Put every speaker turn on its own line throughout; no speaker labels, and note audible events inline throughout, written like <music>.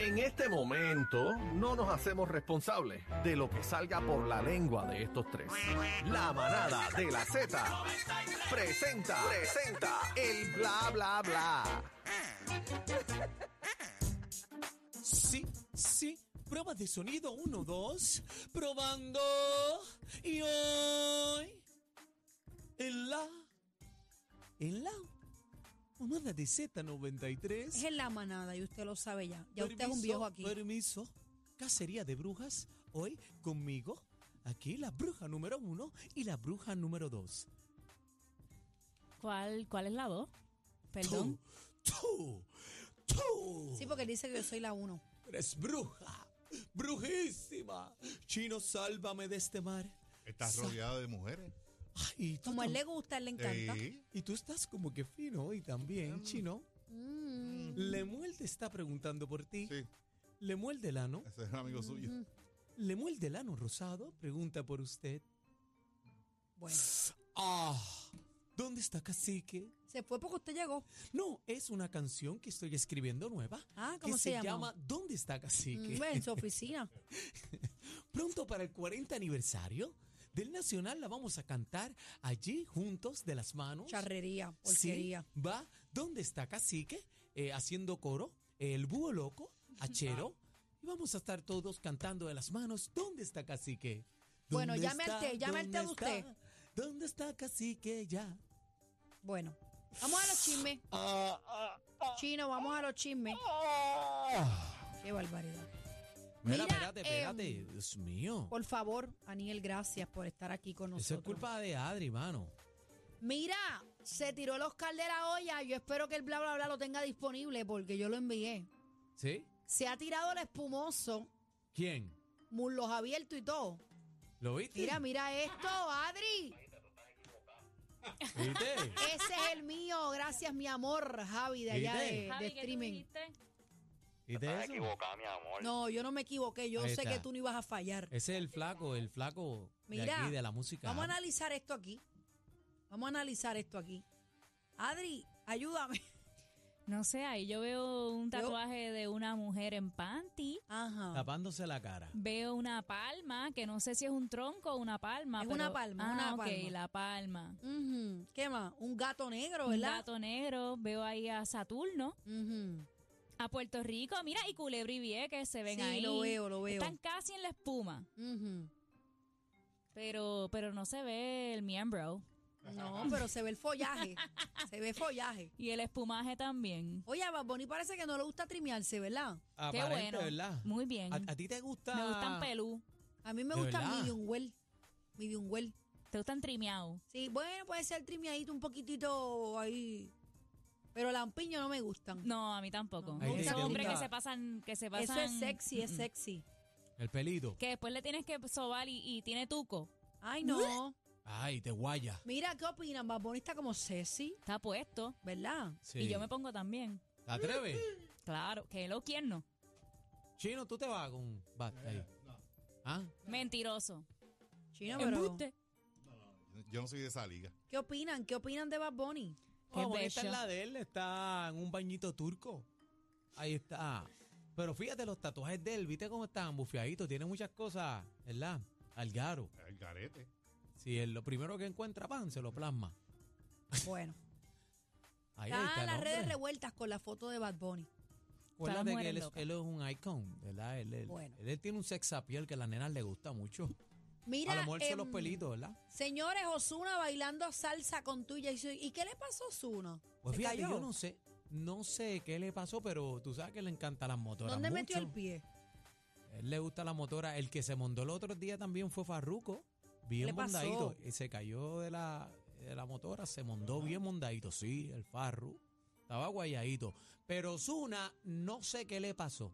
En este momento no nos hacemos responsables de lo que salga por la lengua de estos tres. La manada de la Z presenta, presenta el bla bla bla.
Sí, sí. Pruebas de sonido 1, 2. Probando. Y hoy. En la. En la. Manada de Z93.
Es en la manada y usted lo sabe ya. Ya usted es un
Permiso,
viejo aquí.
Permiso. Cacería de brujas. Hoy conmigo. Aquí la bruja número 1 y la bruja número 2.
¿Cuál, cuál es la dos?
Perdón.
Tú. Tú.
Sí, porque él dice que yo soy la uno.
Eres bruja. Brujísima. Chino, sálvame de este mar.
Estás
Sa-
rodeado de mujeres.
Ay, tú
Como a él
tam-
le gusta, a él le encanta.
Sí.
Y tú estás como que fino hoy también, chino.
Mm.
Lemuel te está preguntando por ti.
Sí,
Lemuel Delano.
ese es un amigo suyo.
Lemuel Delano Rosado pregunta por usted.
Bueno,
¡Ah! ¿Dónde está Cacique?
se fue porque usted llegó.
No, es una canción que estoy escribiendo nueva.
Ah,
que
¿cómo se
se
llama?
llama ¿Dónde está Cacique?
Mm, En su oficina.
Pronto para el 40 aniversario del Nacional la vamos a cantar allí juntos de las manos.
Charrería,
Sí,
porquería.
va, ¿dónde está Cacique? Eh, haciendo coro, el búho loco, Achero. Y vamos a estar todos cantando de las manos. ¿Dónde está Cacique?
Bueno,
¿Dónde
llame al
está?
té, llame al té
¿Dónde
usted.
está? ¿Dónde está Cacique ya?
Bueno, vamos a los chismes.
Ah,
Chino, vamos a los chismes.
Ah.
Qué barbaridad.
Mira,
Mira,
espérate, espérate.
em,
Dios mío.
Por favor, Aniel, gracias por estar aquí con
Eso es
nosotros.
culpa de Adri, mano.
Mira, se tiró el Oscar de la olla. Yo espero que el bla bla bla lo tenga disponible porque yo lo envié.
¿Sí?
Se ha tirado el espumoso,
¿Quién?
muslos abiertos y todo.
¿Lo viste?
Mira, mira esto, Adri.
¿Viste?
<laughs> Ese es el mío. Gracias, mi amor, Javi, de allá
¿Viste?
de, de
Javi, ¿qué tú
streaming.
dijiste?
¿Viste eso?
No, yo no me equivoqué. Yo
Ahí
sé
está.
que tú no ibas a fallar.
Ese es el flaco, el flaco de
Mira,
aquí, de la música. ¿ah?
Vamos a analizar esto aquí. Vamos a analizar esto aquí. Adri, ayúdame.
No sé, ahí yo veo un tatuaje de una mujer en panty.
Ajá.
Tapándose la cara.
Veo una palma, que no sé si es un tronco o una palma.
Es
pero-
una palma,
Ah,
una
ok,
palma.
la palma.
Ujú. ¿Qué más? Un gato negro,
Un
¿verdad?
gato negro, veo ahí a Saturno,
Ujú.
a Puerto Rico, mira, y Culebra y Vieques se ven
Sí,
ahí.
lo veo, lo veo.
Están casi en la espuma,
Ujú.
pero, pero no se ve el miembro.
No, pero se ve el
<laughs>
follaje. se ve follaje.
Y el espumaje también.
Oye, a Bad Bunny parece que no le gusta trimearse, ¿verdad?
Qué
Aparente,
bueno.
¿verdad?
Muy bien.
¿A, a ti te gusta?
Me gustan pelú,
A mí me
¿De
gusta
verdad?
medium well. Medium well.
te gustan trimeados.
Sí, bueno, puede ser trimeadito un poquitito ahí. Pero lampiño no me gustan.
No, a mí tampoco.
No,
Me
Ahí te-
gustan
te
hombres que
gusta-
se pasan, que se
Eso
pasan.
es sexy, es
Mm, mm.
sexy.
El pelito.
Que después le tienes que sobar y, y tiene tuco.
Ay, no.
Ay, te guaya.
Mira, ¿qué opinan? Más bonita como Ceci,
Está puesto.
¿verdad?
Sí.
Y yo me pongo también.
¿Te atreves?
Claro, que lo quién no.
Chino, tú te vas con un bat ahí. ¿Ah?
Mentiroso.
Chino, pero
Embuste.
Yo no soy de esa liga.
¿qué opinan? ¿Qué opinan de Bad
<laughs>
Bunny?
Qué
Vamos, esta
bello.
es la de él, está en un bañito turco. Ahí está. Pero fíjate los tatuajes de él, viste cómo están bufiaditos, tiene muchas cosas, ¿verdad? Algaro.
El garete.
Si es lo primero que encuentra, pan, se lo plasma.
Bueno,
Ahí
Ah,
está.
están
el
las
hombre.
redes revueltas con la foto de Bad Bunny.
Acuérdate que
mujeres
él es,
locas.
él es un icon, ¿verdad? Él, él-
Bueno.
él- él tiene un sex appeal que a las nenas le gusta mucho.
Mira,
a lo mejor son los
em,
pelitos, ¿verdad?
Señores, Osuna bailando salsa con tuya. ¿Y qué le pasó a Osuna?
Pues
¿Se
fíjate,
cayó?
yo no sé, no sé qué le pasó, pero tú sabes que le encantan las motoras.
¿Dónde metió el
mucho.
pie?
Él le gusta la motora. El que se mondó el otro día también fue Farruco. Bien
le pasó?
mondadito. Y se cayó de la, de la motora, se mondó bien mondadito. Sí, el Farru. Estaba guayadito. Pero Zuna, no sé qué le pasó.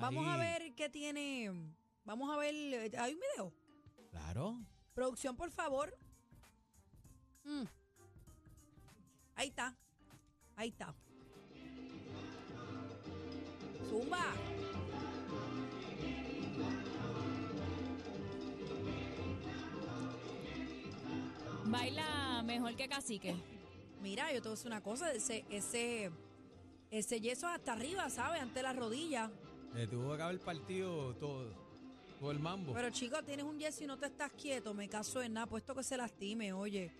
Vamos a
Ahí,
ver qué tiene. Vamos a ver. eh, Hay un video.
Claro.
Producción, por favor. Mm. Ahí está. Ahí está. Zumba.
Baila mejor que cacique.
Mira, yo te voy a decir una cosa. Ese, ese, ese yeso es hasta arriba, ¿sabes? Ante la rodilla.
Le tuvo que haber partido todo, todo el mambo.
Pero chico, tienes un yeso y no te estás quieto. Me caso en nada, puesto que se lastime, oye.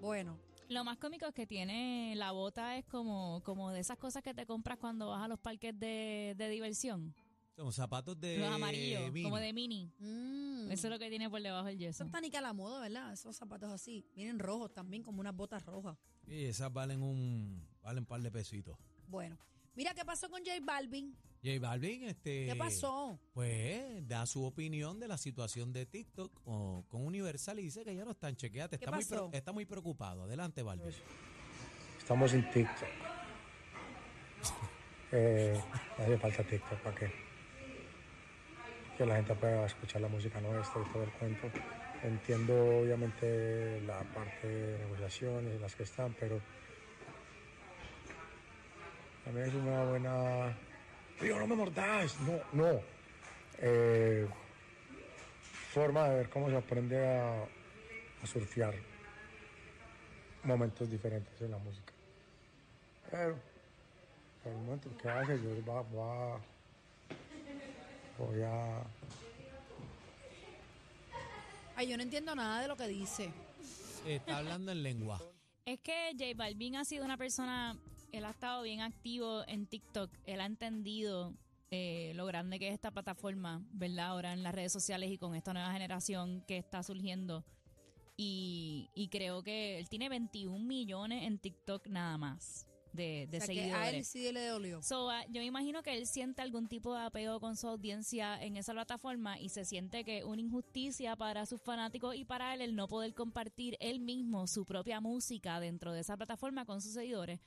Bueno,
Lo más cómico es que tiene la bota es como, como de esas cosas que te compras cuando vas a los parques de, de diversión.
Son zapatos de.
los amarillos,
mini.
como de mini.
mm,
Eso es lo que tiene por debajo el
eso
yeso.
está ni que a la moda, ¿verdad? Esos zapatos así. Vienen rojos también, como unas botas rojas.
Y esas valen un. Valen un par de pesitos.
Bueno, mira qué pasó con J Balvin.
J Balvin, este.
¿Qué pasó?
Pues da su opinión de la situación de TikTok o- con Universal y dice que ya no están chequeate.
¿Qué
Está muy,
pasó?
pre- está muy preocupado. Adelante, Balvin.
Estamos en TikTok. Eh, no hace falta TikTok para que, que la gente pueda escuchar la música nuestra y todo el cuento. Entiendo obviamente la parte de negociaciones y las que están, pero también es una buena... Digo, no me mordás, no, no. Eh, forma de ver cómo se aprende a, a surfear momentos diferentes en la música. Pero, por el momento que hace, yo va, va- voy a.
Ay, yo no entiendo nada de lo que dice.
<laughs> Está hablando en lengua.
Es que J Balvin ha sido una persona, él ha estado bien activo en TikTok, él ha entendido eh, lo grande que es esta plataforma, ¿verdad? Ahora en las redes sociales y con esta nueva generación que está surgiendo. Y, y creo que él tiene 21 millones en TikTok nada más de, de
o sea, que a él
seguidores.
sí le dolió.
So, ah, yo me imagino que él siente algún tipo de apego con su audiencia en esa plataforma y se siente que una injusticia para sus fanáticos y para él el no poder compartir él mismo su propia música dentro de esa plataforma con sus seguidores.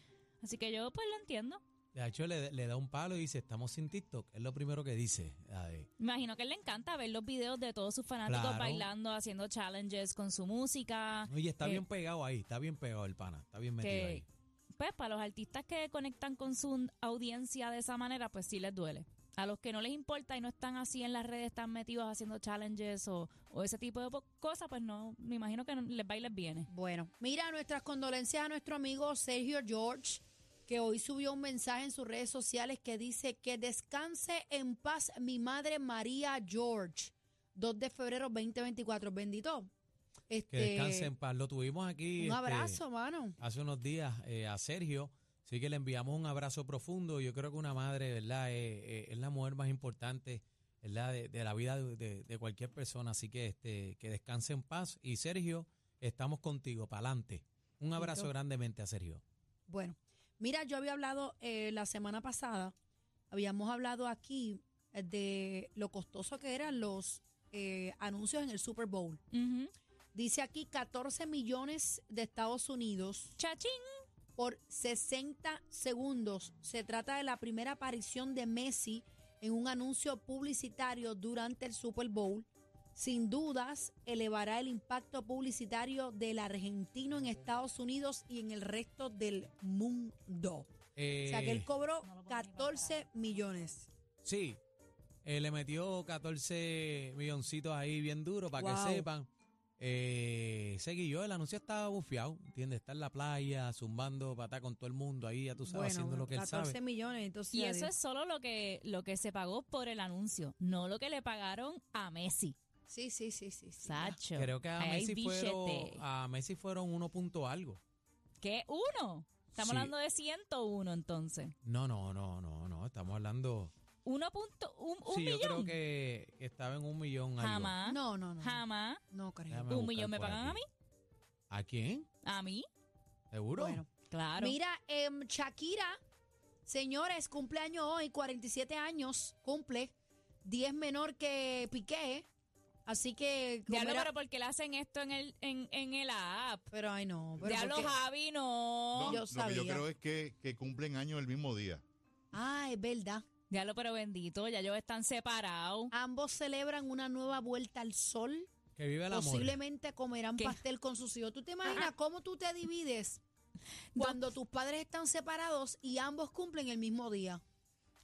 Así que yo pues lo entiendo.
De hecho, le, le da un palo y dice, estamos sin TikTok. Es lo primero que dice. Ahí.
Me imagino que él le encanta ver los videos de todos sus fanáticos
Claro.
bailando, haciendo challenges con su música.
No,
<laughs>
Y está
Eh.
bien pegado ahí, está bien pegado el pana, está bien metido
que
ahí.
pues para los artistas que conectan con su audiencia de esa manera, pues sí les duele. A los que no les importa y no están así en las redes, están metidos haciendo challenges o, o ese tipo de po- cosas, pues no, me imagino que no- les va y les viene.
Bueno, mira, nuestras condolencias a nuestro amigo Sergio George, que hoy subió un mensaje en sus redes sociales que dice que descanse en paz mi madre María George, 2 de febrero 2024. Bendito. Este,
Que descanse en paz. Lo tuvimos aquí.
Un
este,
abrazo, mano.
hace unos días eh, a Sergio. Así que le enviamos un abrazo profundo. Yo creo que una madre, ¿verdad? Eh, eh, es la mujer más importante, ¿verdad? De, de la vida de, de- de cualquier persona. Así que este, que descanse en paz. Y Sergio, estamos contigo, para adelante. Un abrazo
Listo.
grandemente a Sergio.
Bueno, mira, yo había hablado eh, la semana pasada, habíamos hablado aquí eh, de lo costoso que eran los eh, anuncios en el Super Bowl.
Ujú.
Dice aquí 14 millones de Estados Unidos
Chachín.
por 60 segundos. Se trata de la primera aparición de Messi en un anuncio publicitario durante el Super Bowl. Sin dudas, elevará el impacto publicitario del argentino en Estados Unidos y en el resto del mundo. O sea, que
Eh,
él cobró
No lo puedo ni
14 millones.
Sí, eh, le metió 14 milloncitos ahí bien duro para
Guau.
que sepan. Eh, yo, el anuncio estaba bufiado, ¿entiendes? Está en la playa, zumbando patá con todo el mundo ahí, ya tú sabes, haciendo lo que él
14
sabe.
millones. Entonces,
Y
ya
eso
de-
es solo lo que, lo que se pagó por el anuncio, no lo que le pagaron a Messi.
Sí, sí, sí, sí. sí.
Sacho.
Creo que a
ahí hay
Messi,
billete.
fueron, a Messi fueron uno punto algo.
¿Qué? ¿Uno? Estamos
Sí.
hablando de 101 entonces.
No, no, no, no, no, estamos hablando...
¿Uno punto, un, un
sí,
millón?
yo creo que estaba en un millón algo.
Jamás.
No, no, no.
Jamás.
No creo.
Déjame
Un
buscar
millón me
por
pagan a
aquí. ¿A quién?
¿A mí?
¿Seguro?
Bueno.
Claro.
Mira, em, Shakira, señores, cumpleaños hoy, 47 años, cumple, 10 menor que Piqué. Así que. como
Diablo,
era-
pero ¿por qué le hacen esto en el, en, en el app?
pero, ay, no. Pero
Diablo,
porque-
Javi, no.
No,
yo
lo que
sabía.
yo creo es que, que cumplen años el mismo día.
ah, es verdad.
Diablo, pero bendito, ya ellos están separados.
Ambos celebran una nueva vuelta al sol.
Que vive el amor.
Posiblemente comerán
¿Qué?
pastel con sus hijos. ¿Tú te imaginas cómo tú te divides cuando tus padres están separados y ambos cumplen el mismo día?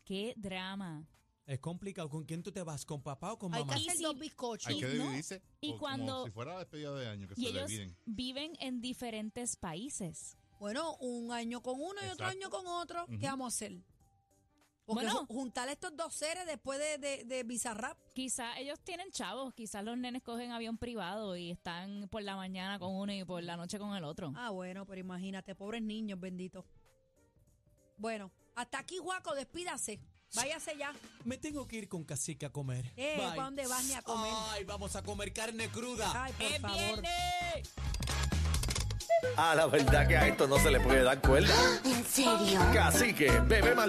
Qué drama.
Es complicado. ¿Con quién tú te vas? ¿Con papá o con
Hay que
mamá?
Y
hacer
si-
dos bizcochos.
Hay que
no,
dividirse.
y
o como
cuando-
si fuera la despedida de año que
Y
se
ellos
dividen.
viven en diferentes países.
Bueno, un año con uno y otro
Exacto.
año con otro. ¿Qué
Ujú.
vamos a hacer? Porque
Bueno.
ju- juntar estos dos seres después de, de, de Bizarrap.
Quizás ellos tienen chavos, quizás los nenes cogen avión privado y están por la mañana con uno y por la noche con el otro.
Ah, bueno, pero imagínate, pobres niños, benditos. Bueno, hasta aquí, Guaco, despídase. Váyase ya.
Me tengo que ir con cacique a comer.
Eh,
Bye.
¿pa' dónde vas ni a comer?
Ay, vamos a comer carne cruda.
Ay, por
¡Es
favor.
viernes!
Ah, la verdad que a esto no se le puede dar cuerda.
¿En serio?
Cacique, bebé mal